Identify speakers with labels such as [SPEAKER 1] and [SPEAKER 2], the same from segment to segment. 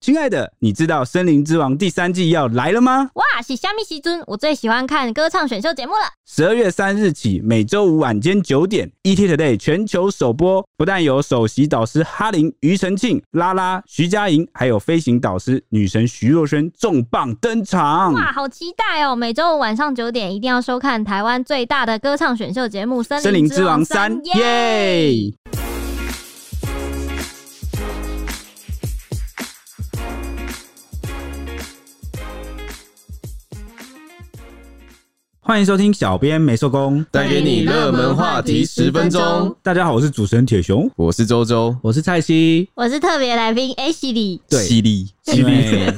[SPEAKER 1] 亲爱的，你知道《森林之王》第三季要来了吗？
[SPEAKER 2] 哇，是虾米西尊，我最喜欢看歌唱选秀节目了。
[SPEAKER 1] 十二月三日起，每周五晚间九点，ETtoday 全球首播。不但有首席导师哈林、庾澄庆、拉拉、徐佳莹，还有飞行导师女神徐若瑄重磅登
[SPEAKER 3] 嗯
[SPEAKER 1] 场。
[SPEAKER 2] 哇，好期待哦！每周五晚上九点一定要收看台湾最大的歌唱选秀节目《
[SPEAKER 1] 森
[SPEAKER 2] 森
[SPEAKER 1] 林
[SPEAKER 2] 林
[SPEAKER 1] 之王三
[SPEAKER 2] 三》，
[SPEAKER 1] 耶！欢迎收听《小编没收工》，
[SPEAKER 3] 带给你热门话题十分
[SPEAKER 4] 哦
[SPEAKER 3] 钟。
[SPEAKER 1] 大家好，我是主持人铁熊，
[SPEAKER 3] 我是周周，
[SPEAKER 4] 我是蔡西，
[SPEAKER 2] 我是特别来宾 H 里，
[SPEAKER 1] 对
[SPEAKER 3] 犀利，
[SPEAKER 1] 因为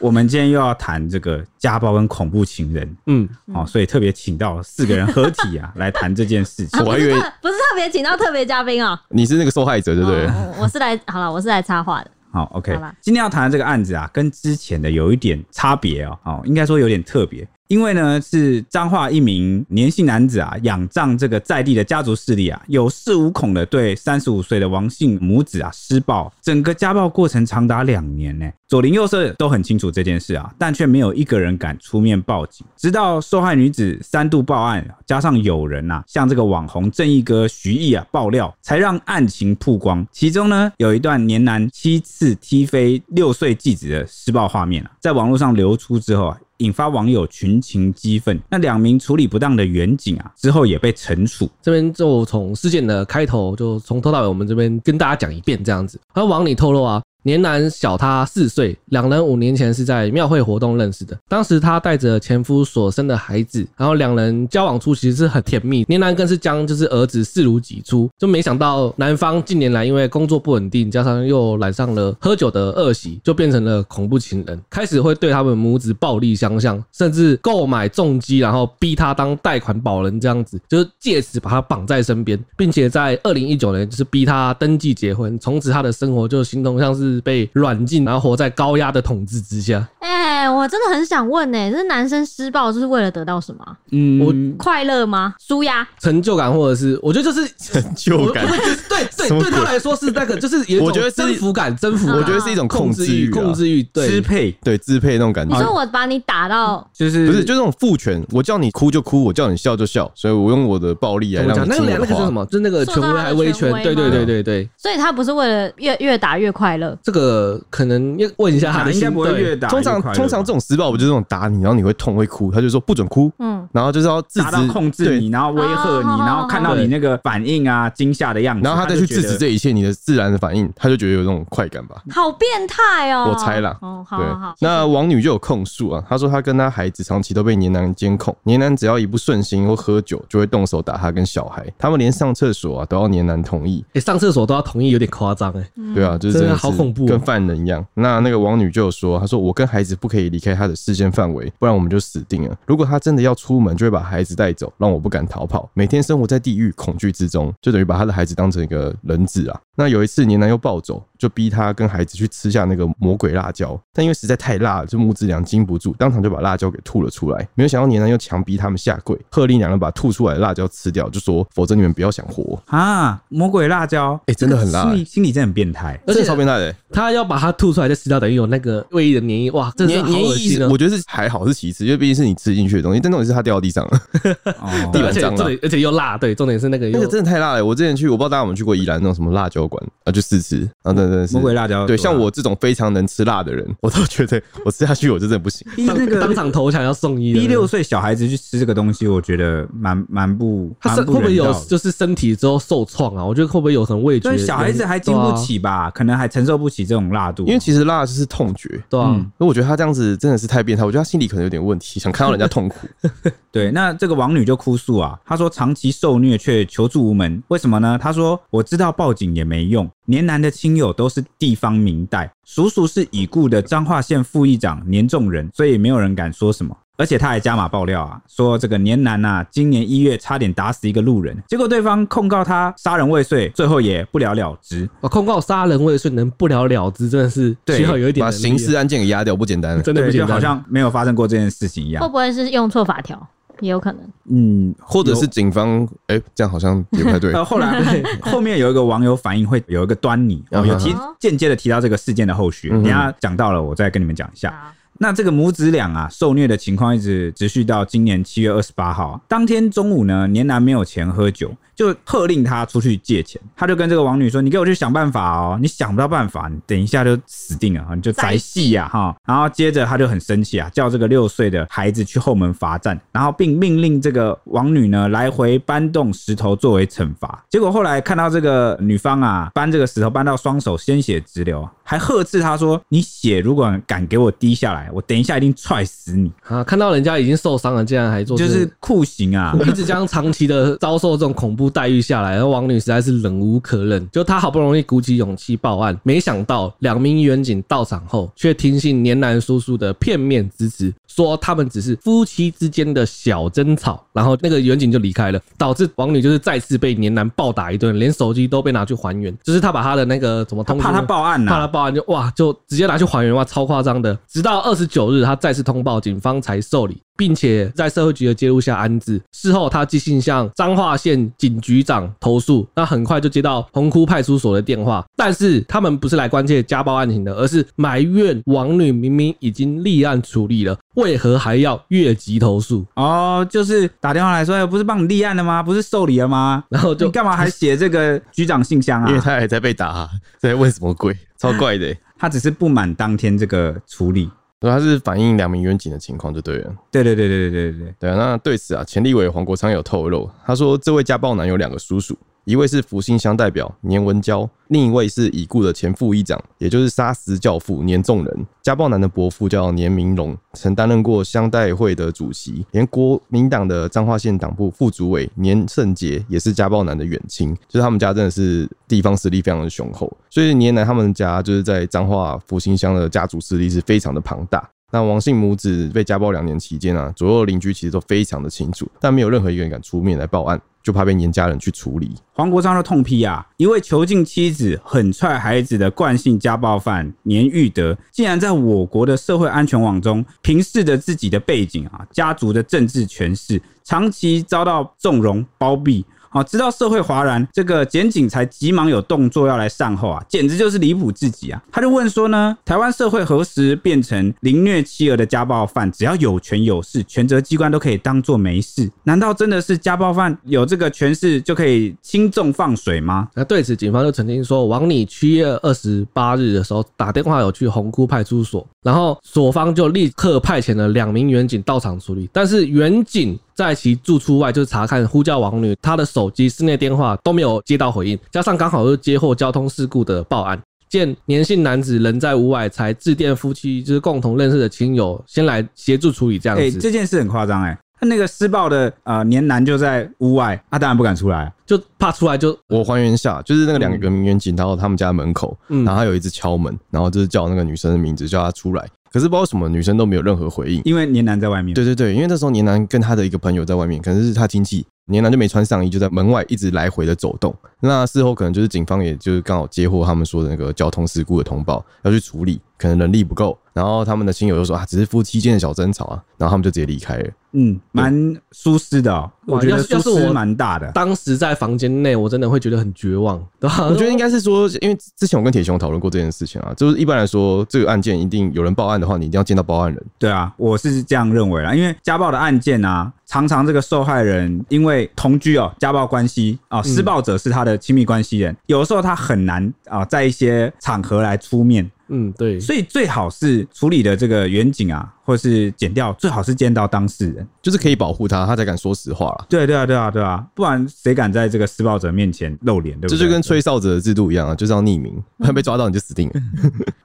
[SPEAKER 1] 我们今天又要谈这个家暴跟恐怖情人，
[SPEAKER 4] 嗯，
[SPEAKER 1] 哦，所以特别请到四个人合体啊来谈这件事情。
[SPEAKER 3] 我还以
[SPEAKER 2] 不
[SPEAKER 3] 为
[SPEAKER 2] 是不是特别请到特别嘉宾哦。
[SPEAKER 3] 你是那个受害者，对不
[SPEAKER 4] 啊
[SPEAKER 3] 对？
[SPEAKER 2] 哦我我是来好了，我是来插话的。
[SPEAKER 1] 好，OK，
[SPEAKER 2] 好啦
[SPEAKER 1] 今天要谈的这个案子啊，跟之前的有一点差别哦，哦，应该说有点特别，因为呢是彰化一名年轻男子啊，仰仗这个在地的家族势力啊，有恃无恐的对三十五岁的王姓母子啊施暴，整个家暴过程长达两年呢、左邻右舍都很清楚这件事啊，但却没有一个人敢出面报警，直到受害女子三度报案，加上有人呐、啊、向这个网红正义哥徐艺啊爆料，才让案情曝光。其中呢有一段年男七次踢飞六岁继子的施暴画面啊，在网络上流出之后啊。引发网友群情激愤，那两名处理不当的远警啊，之后也被惩处。
[SPEAKER 4] 这边就从事件的开头，就从头到尾，我们这边跟大家讲一遍这样子。而网里透露啊，年男小他四岁，两人五年前是在庙会活动认识的。当时他带着前夫所生的孩子，然后两人交往初期是很甜蜜，年男更是将就是儿子视如己出，就没想到男方近年来因为工作不稳定，加上又染上了喝酒的恶习，就变成了恐怖情人，开始会对他们母子暴力相向，甚至购买重机，然后逼他当贷款保人这样子，就是借此把他绑在身边，并且在二零一九年就是逼他登记结婚，从此他的生活就形同像是被软禁，然后活在高压的统治之下。
[SPEAKER 2] 哎、我真的很想问哎、这男生施暴是为了得到什么啊？
[SPEAKER 1] 嗯，
[SPEAKER 4] 我
[SPEAKER 2] 快乐吗？舒压？
[SPEAKER 4] 成就感，或者是我觉得就是
[SPEAKER 3] 成就感
[SPEAKER 4] 我我就是对
[SPEAKER 3] 什
[SPEAKER 4] 对
[SPEAKER 3] 么
[SPEAKER 4] 对
[SPEAKER 3] 鬼
[SPEAKER 4] 他来说是那个，就是有一
[SPEAKER 3] 我觉得
[SPEAKER 4] 种
[SPEAKER 3] 是
[SPEAKER 4] 征服感，征服感
[SPEAKER 3] 我觉得是一种控
[SPEAKER 4] 制
[SPEAKER 3] 制欲啊，
[SPEAKER 4] 控制欲，
[SPEAKER 1] 支
[SPEAKER 4] 对，
[SPEAKER 1] 配
[SPEAKER 3] 对支配那种感
[SPEAKER 2] 你
[SPEAKER 3] 觉。
[SPEAKER 2] 说我把你打到
[SPEAKER 1] 就是
[SPEAKER 3] 不是，就那种父权，我叫你哭就哭，我叫你笑就笑，所以我用我的暴力来
[SPEAKER 4] 怎么讲？
[SPEAKER 3] 让你
[SPEAKER 4] 那个
[SPEAKER 3] 听我
[SPEAKER 4] 那
[SPEAKER 3] 的
[SPEAKER 4] 个叫什
[SPEAKER 3] 话。
[SPEAKER 4] 么？就是那个
[SPEAKER 2] 受到
[SPEAKER 4] 权
[SPEAKER 2] 他
[SPEAKER 4] 威
[SPEAKER 2] 的
[SPEAKER 4] 还威
[SPEAKER 2] 权
[SPEAKER 4] 权
[SPEAKER 2] 威？
[SPEAKER 4] 对对
[SPEAKER 2] 吗
[SPEAKER 4] 对对对，
[SPEAKER 2] 所以他不是为了越越打越快乐，
[SPEAKER 4] 这个可能要问一下他的
[SPEAKER 1] 啊应
[SPEAKER 4] 心
[SPEAKER 1] 该不会
[SPEAKER 4] 对
[SPEAKER 1] 越打
[SPEAKER 3] 通
[SPEAKER 1] 越
[SPEAKER 3] 常
[SPEAKER 1] 快乐吧
[SPEAKER 3] 通常这种施暴，我就是那种打你，然后你会痛会哭，他就说不准哭，
[SPEAKER 2] 嗯，
[SPEAKER 3] 然后就是要制
[SPEAKER 1] 达到
[SPEAKER 3] 止
[SPEAKER 1] 控制
[SPEAKER 3] 对
[SPEAKER 1] 你，然嗯后威吓
[SPEAKER 2] 哦
[SPEAKER 1] 你，然后看到你那个反应啊、惊吓的样子，
[SPEAKER 3] 然后他再
[SPEAKER 1] 就
[SPEAKER 3] 去
[SPEAKER 1] 觉得
[SPEAKER 3] 制止这一切你的自然的反应，他就觉得有那种快感吧。
[SPEAKER 2] 好变态哦、
[SPEAKER 3] 我猜啦
[SPEAKER 2] 哦，好
[SPEAKER 3] 对
[SPEAKER 2] 好好，，
[SPEAKER 3] 那王女就有控诉啊，她说她跟她孩子长期都被年男监控，年男只要一不顺心或喝酒，就会动手打她跟小孩，他们连上厕所啊都要年男同意，
[SPEAKER 4] 诶上厕所都要同意，有点夸张哎。
[SPEAKER 3] 对啊，就是
[SPEAKER 4] 真的
[SPEAKER 3] 的是
[SPEAKER 4] 好恐怖哦
[SPEAKER 3] 跟犯人一样。那那个王女就有说，她说我跟孩子不可以离开她的视线范围，不然我们就死定了。如果她真的要出门，就会把孩子带走，让我不敢逃跑，每天生活在地狱恐惧之中，就等于把她的孩子当成一个人质啊。那有一次年男又暴走，就逼她跟孩子去吃下那个魔鬼辣椒，但因为实在太辣了，就母子俩经不住，当场就把辣椒给吐了出来。没有想到年男又强逼他们下跪，喝令两人把吐出来的辣椒吃掉，就说否则你们不要想活。
[SPEAKER 1] 啊，魔鬼辣椒，
[SPEAKER 3] 欸真的很辣
[SPEAKER 1] 心理心理真的很变态。
[SPEAKER 4] 而且
[SPEAKER 3] 这超变态的欸、
[SPEAKER 4] 他要把它吐出来再吃掉，等于有那个胃的黏液，哇，真是
[SPEAKER 3] 黏
[SPEAKER 4] 好
[SPEAKER 3] 黏
[SPEAKER 4] 恶
[SPEAKER 3] 液
[SPEAKER 4] 心
[SPEAKER 3] 是
[SPEAKER 4] 啊
[SPEAKER 3] 我！觉得是还好是其次，因为毕竟是你吃进去的东西，但重点是它掉到地上了，
[SPEAKER 1] 哦
[SPEAKER 4] 对
[SPEAKER 3] 地
[SPEAKER 4] 而
[SPEAKER 3] 板
[SPEAKER 4] 且
[SPEAKER 3] 脏
[SPEAKER 4] 重
[SPEAKER 3] 了
[SPEAKER 4] 点而且又辣，对，重点是那个
[SPEAKER 3] 那
[SPEAKER 4] 又
[SPEAKER 3] 个真的太辣了。我之前去，我不知道大家有没有去过宜兰那种什么辣椒馆啊，就试吃啊，等等
[SPEAKER 1] 魔鬼
[SPEAKER 3] 是。
[SPEAKER 1] 辣椒，
[SPEAKER 3] 对，
[SPEAKER 4] 啊
[SPEAKER 3] 像我这种非常能吃辣的人，我都觉得我吃下去我真的不行。
[SPEAKER 1] 逼
[SPEAKER 4] 当
[SPEAKER 1] 那
[SPEAKER 4] 当
[SPEAKER 1] 个
[SPEAKER 4] 场投降要送医的
[SPEAKER 1] 逼六岁小孩子去吃这个东西，我觉得蛮蛮不
[SPEAKER 4] 他身
[SPEAKER 1] 蛮
[SPEAKER 4] 会不
[SPEAKER 1] 不
[SPEAKER 4] 会
[SPEAKER 1] 人
[SPEAKER 4] 有
[SPEAKER 1] 道的。
[SPEAKER 4] 就是身体之后受创啊？我觉得会不会有什么味觉？
[SPEAKER 1] 对小孩子还经不起吧，可能还承受不起这种辣度。
[SPEAKER 3] 因为其实辣就是痛觉，
[SPEAKER 4] 对啊，对啊
[SPEAKER 1] 嗯
[SPEAKER 3] 所以我觉得他这样子真的是太变态。我觉得他心理可能有点问题，想看到人家痛苦。
[SPEAKER 1] 对，那这个王女就哭诉啊，她说长期受虐却求助无门，为什么呢？她说我知道报警也没用，年男的亲友都是地方明代，叔叔是已故的彰化县副议长年仲仁，所以没有人敢说什么。而且他还加码爆料啊，说这个年男啊，今年一月差点打死一个路人，结果对方控告他杀人未遂，最后也不了了之。
[SPEAKER 4] 我控告杀人未遂能不了了之，真的是
[SPEAKER 1] 对
[SPEAKER 4] 需要 有一点
[SPEAKER 3] 把
[SPEAKER 4] 能力啊
[SPEAKER 3] 刑事案件给压掉不简单了。
[SPEAKER 4] 真的
[SPEAKER 1] 对，
[SPEAKER 4] 不简
[SPEAKER 1] 就
[SPEAKER 4] 单，
[SPEAKER 2] 哦
[SPEAKER 1] 好像没有发生过这件事情一样
[SPEAKER 2] 会。不会是用错法条？也有可能。
[SPEAKER 1] 嗯，
[SPEAKER 3] 或者是警方，哎、这样好像也不太 对。
[SPEAKER 1] 呃，后来后面有一个网友反映会有一个端 倪，哦、有提
[SPEAKER 2] 哦
[SPEAKER 1] 间接的提到这个事件的后续。
[SPEAKER 3] 啊嗯
[SPEAKER 1] 等一下讲到了，我再跟你们讲一下。
[SPEAKER 2] 好
[SPEAKER 1] 那这个母子俩啊，受虐的情况一直持续到今年七月二十八号啊。当天中午呢，年男没有钱喝酒，就喝令他出去借钱。他就跟这个王女说：“你给我去想办法哦，你想不到办法，你等一下就死定了啊，你就宅戏呀、哈。”然后接着他就很生气啊，叫这个六岁的孩子去后门罚站，然后并命令这个王女呢来回搬动石头作为惩罚。结果后来看到这个女方啊搬这个石头搬到双手鲜血直流，啊还呵斥他说：“你血如果敢给我滴下来，我等一下一定踹死你
[SPEAKER 4] 啊，看到人家已经受伤了，竟然还！”做
[SPEAKER 1] 就是酷刑啊，
[SPEAKER 4] 一直将长期的遭受这种恐怖待遇下来，然后王女实在是忍无可忍。就她好不容易鼓起勇气报案，没想到两名远警到场后，却听信年男叔叔的片面之词，说他们只是夫妻之间的小争吵。然后那个远警就离开了，导致王女就是再次被年男暴打一顿，连手机都被拿去还原。就是他把他的那个怎么
[SPEAKER 1] 他
[SPEAKER 4] 通知
[SPEAKER 1] 怕他报案啊呐、
[SPEAKER 4] 怕他报案就哇，就直接拿去还原哇，超夸张的。直到二十九日，他再次通报，警方才受理，并且在社会局的介入下安置。事后，他寄信向彰化县警局长投诉，那很快就接到红窟派出所的电话，但是他们不是来关切家暴案情的，而是埋怨王女明明已经立案处理了，为何还要越级投诉？
[SPEAKER 1] 哦，就是打电话来说，哎不是帮你立案了吗？不是受理了吗？
[SPEAKER 4] 然后
[SPEAKER 1] 你
[SPEAKER 4] 就
[SPEAKER 1] 干嘛还写这个局长信箱啊？
[SPEAKER 3] 因为他还在被打、在问什么鬼，超怪的、欸。
[SPEAKER 1] 他只是不满当天这个处理。
[SPEAKER 3] 所以他是反映两名远警的情况就对了。
[SPEAKER 1] 对对对对对对对，
[SPEAKER 3] 对啊，那对此啊，前立委黄国昌有透露，他说这位家暴男有两个叔叔，一位是福兴乡代表年文娇，另一位是已故的前副议长，也就是杀死教父年仲仁。家暴男的伯父叫年明荣，曾担任过乡代会的主席，连国民党的彰化县党部副主委年胜杰也是家暴男的远亲，就是他们家真的是地方势力非常的雄厚，所以年来他们家就是在彰化福兴乡的家族势力是非常的庞大。那王姓母子被家暴两年期间啊，左右邻居其实都非常的清楚，但没有任何一个人敢出面来报案，就怕被严家人去处理。
[SPEAKER 1] 黄国昌就痛批啊，一位囚禁妻子、狠踹孩子的惯性家暴犯年玉德，竟然在我国的社会安全网中，平视着自己的背景啊、家族的政治权势，长期遭到纵容包庇。啊，直到社会哗然，这个检警才急忙有动作要来善后啊，简直就是离谱至极啊！他就问说呢，台湾社会何时变成凌虐妻儿的家暴犯，只要有权有势，权责机关都可以当做没事？难道真的是家暴犯有这个权势就可以轻重放水吗？
[SPEAKER 4] 那对此，警方就曾经说，王你七月二十八日的时候打电话有去红窟派出所，然后所方就立刻派遣了两名员警到场处理，但是员警。在其住处外，就是查看呼叫王女，她的手机、室内电话都没有接到回应，加上刚好又接获交通事故的报案，见年性男子人在屋外，才致电夫妻，就是共同认识的亲友，先来协助处理这样
[SPEAKER 1] 哎、
[SPEAKER 4] 子。
[SPEAKER 1] 这件事很夸张哎，他那个施暴的呃年男就在屋外，他、当然不敢出来啊。
[SPEAKER 4] 就怕出来就
[SPEAKER 3] 我还原一下，就是那个两个名媛警到他们家门口，
[SPEAKER 4] 嗯
[SPEAKER 3] 然后他有一直敲门，然后就是叫那个女生的名字，叫她出来。可是不知道为什么，女生都没有任何回应。
[SPEAKER 1] 因为年男在外面，
[SPEAKER 3] 对对对，因为那时候年男跟他的一个朋友在外面，可能是他亲戚，年男就没穿上衣，就在门外一直来回的走动。那事后可能就是警方也就是刚好接获他们说的那个交通事故的通报，要去处理，可能人力不够，然后他们的亲友就说啊，只是夫妻间的小争吵啊，然后他们就直接离开了。
[SPEAKER 1] 嗯，蛮舒适的哦，
[SPEAKER 4] 哇
[SPEAKER 1] 我觉
[SPEAKER 4] 要
[SPEAKER 1] 得
[SPEAKER 4] 是要
[SPEAKER 1] 舒
[SPEAKER 4] 是
[SPEAKER 1] 适
[SPEAKER 4] 我
[SPEAKER 1] 蛮大的。
[SPEAKER 4] 当时在房间内，我真的会觉得很绝望，对吧？
[SPEAKER 3] 我觉得应该是说，因为之前我跟铁雄讨论过这件事情啊，就是一般来说，这个案件一定有人报案的话，你一定要见到报案人。
[SPEAKER 1] 对啊，我是这样认为啦，因为家暴的案件啊，常常这个受害人因为同居哦，家暴关系哦，施暴者是他的亲密关系人，有时候他很难啊、在一些场合来出面，
[SPEAKER 4] 嗯，对。
[SPEAKER 1] 所以最好是处理的这个远景啊，或是剪掉，最好是见到当事人。
[SPEAKER 3] 就是可以保护他，他才敢说实话啦。
[SPEAKER 1] 对啊对啊，对啊，对啊，不然谁敢在这个施暴者面前露脸，对不
[SPEAKER 3] 这
[SPEAKER 1] 对？
[SPEAKER 3] 就跟吹哨者的制度一样啊，就是要匿名，被抓到你就死定了。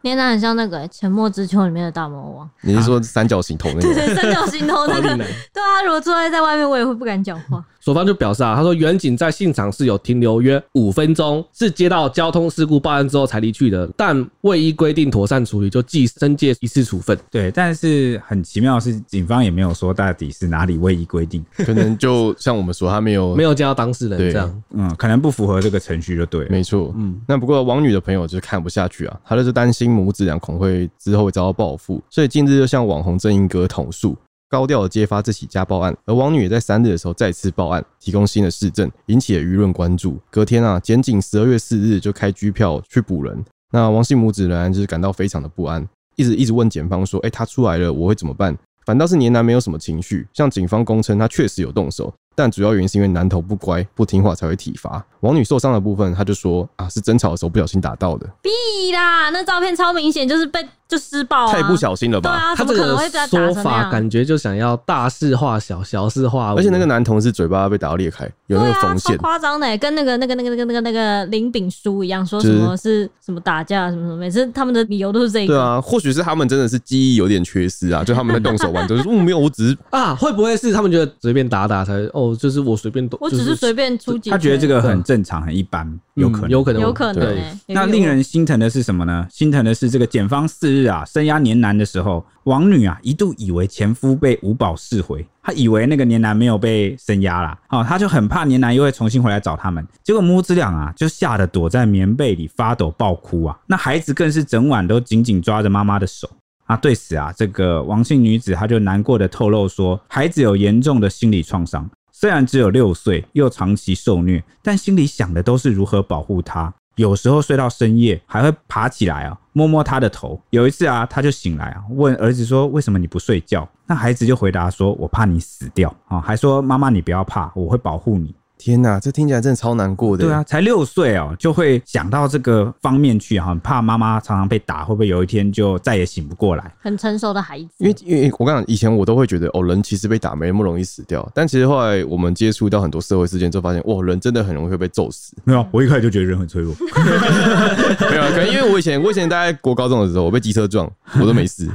[SPEAKER 2] 年男很像那个欸《沉默之丘》里面的大魔王，
[SPEAKER 3] 你是说三角形头那
[SPEAKER 2] 对
[SPEAKER 3] 个？
[SPEAKER 2] 对，三角形头那个。对啊，如果坐在在外面，我也会不敢讲话。
[SPEAKER 4] 所方就表示啊，他说远景在现场是有停留约五分钟，是接到交通事故报案之后才离去的，但未依规定妥善处理，就记申诫一次处分。
[SPEAKER 1] 对，但是很奇妙的是，警方也没有说到底是哪里未依规定，
[SPEAKER 3] 可能就像我们说，他没有
[SPEAKER 4] 没有见到当事人
[SPEAKER 3] 对
[SPEAKER 4] 这样，
[SPEAKER 1] 嗯，可能不符合这个程序就对了。
[SPEAKER 3] 没错，嗯，那不过王女的朋友就是看不下去啊，她就是担心母子俩恐会之后会遭到报复，所以近日就向网红正英哥投诉。高调的揭发这起家暴案，而王女也在三日的时候再次报案，提供新的市政，引起了舆论关注。隔天啊，检警十二月四日就开拘票去捕人，那王姓母子仍然就是感到非常的不安，一直一直问检方说：“哎、他出来了，我会怎么办？”反倒是年男没有什么情绪，向警方供称他确实有动手，但主要原因是因为男头不乖、不听话才会体罚。王女受伤的部分，他就说：“啊，是争吵的时候不小心打到的，
[SPEAKER 2] 屁啦，那照片超明显就是被就施暴、啊，
[SPEAKER 3] 太不小心了
[SPEAKER 2] 对
[SPEAKER 3] 吧？”
[SPEAKER 2] 啊，
[SPEAKER 4] 他
[SPEAKER 2] 怎么
[SPEAKER 4] 这
[SPEAKER 2] 可能
[SPEAKER 4] 个
[SPEAKER 2] 会被他打
[SPEAKER 4] 说
[SPEAKER 2] 成
[SPEAKER 4] 法
[SPEAKER 2] 那样？
[SPEAKER 4] 感觉就想要大事化小，小事化无。
[SPEAKER 3] 而且那个男同事嘴巴被打到裂开，有那
[SPEAKER 2] 对
[SPEAKER 3] 个
[SPEAKER 2] 啊，
[SPEAKER 3] 缝
[SPEAKER 2] 超
[SPEAKER 3] 线，
[SPEAKER 2] 夸张的欸，跟那个那个那个那个那个那个林炳书一样，说
[SPEAKER 3] 就
[SPEAKER 2] 什
[SPEAKER 3] 是
[SPEAKER 2] 么是什么打架什么什么，每次他们的理由都是这
[SPEAKER 3] 对
[SPEAKER 2] 个。
[SPEAKER 3] 啊，或许是他们真的是记忆有点缺失啊，就他们在动手玩，就是嗯，没有，我只是
[SPEAKER 4] 啊，会不会是他们觉得随便打打才哦？就是我随便都，
[SPEAKER 2] 我只
[SPEAKER 4] 就是
[SPEAKER 2] 随便出几拳，
[SPEAKER 1] 他觉得这个很正常，很一般，有可能。
[SPEAKER 4] 嗯有可能，
[SPEAKER 2] 有可能
[SPEAKER 4] 对
[SPEAKER 2] 欸。
[SPEAKER 1] 那令人心疼的是什么呢？心疼的是这个检方四日啊，生押年男的时候，王女啊一度以为前夫被五保释回，她以为那个年男没有被生押啦，哦，她就很怕年男又会重新回来找他们。结果母子俩啊就吓得躲在棉被里发抖爆哭啊，那孩子更是整晚都紧紧抓着妈妈的手。啊，对此啊，这个王姓女子她就难过的透露说，孩子有严重的心理创伤，虽然只有六岁，又长期受虐，但心里想的都是如何保护他。有时候睡到深夜还会爬起来啊，摸摸他的头。有一次啊，他就醒来啊，问儿子说：“为什么你不睡觉？”那孩子就回答说：“我怕你死掉啊。”还说：“妈妈，你不要怕，我会保护你。”
[SPEAKER 3] 天哪，这听起来真的超难过的。
[SPEAKER 1] 对啊，，才六岁哦，就会想到这个方面去啊，很怕妈妈常常被打，会不会有一天就再也醒不过来？。
[SPEAKER 2] 很成熟的孩子，
[SPEAKER 3] 因为因为我刚讲以前我都会觉得哦，人其实被打没那么容易死掉，但其实后来我们接触到很多社会事件之后，发现哇，人真的很容易会被揍死
[SPEAKER 1] 没有，我一开始就觉得人很脆弱。
[SPEAKER 3] 没有啊，可能因为我以前我以前大概国高中的时候，我被机车撞，我都没事，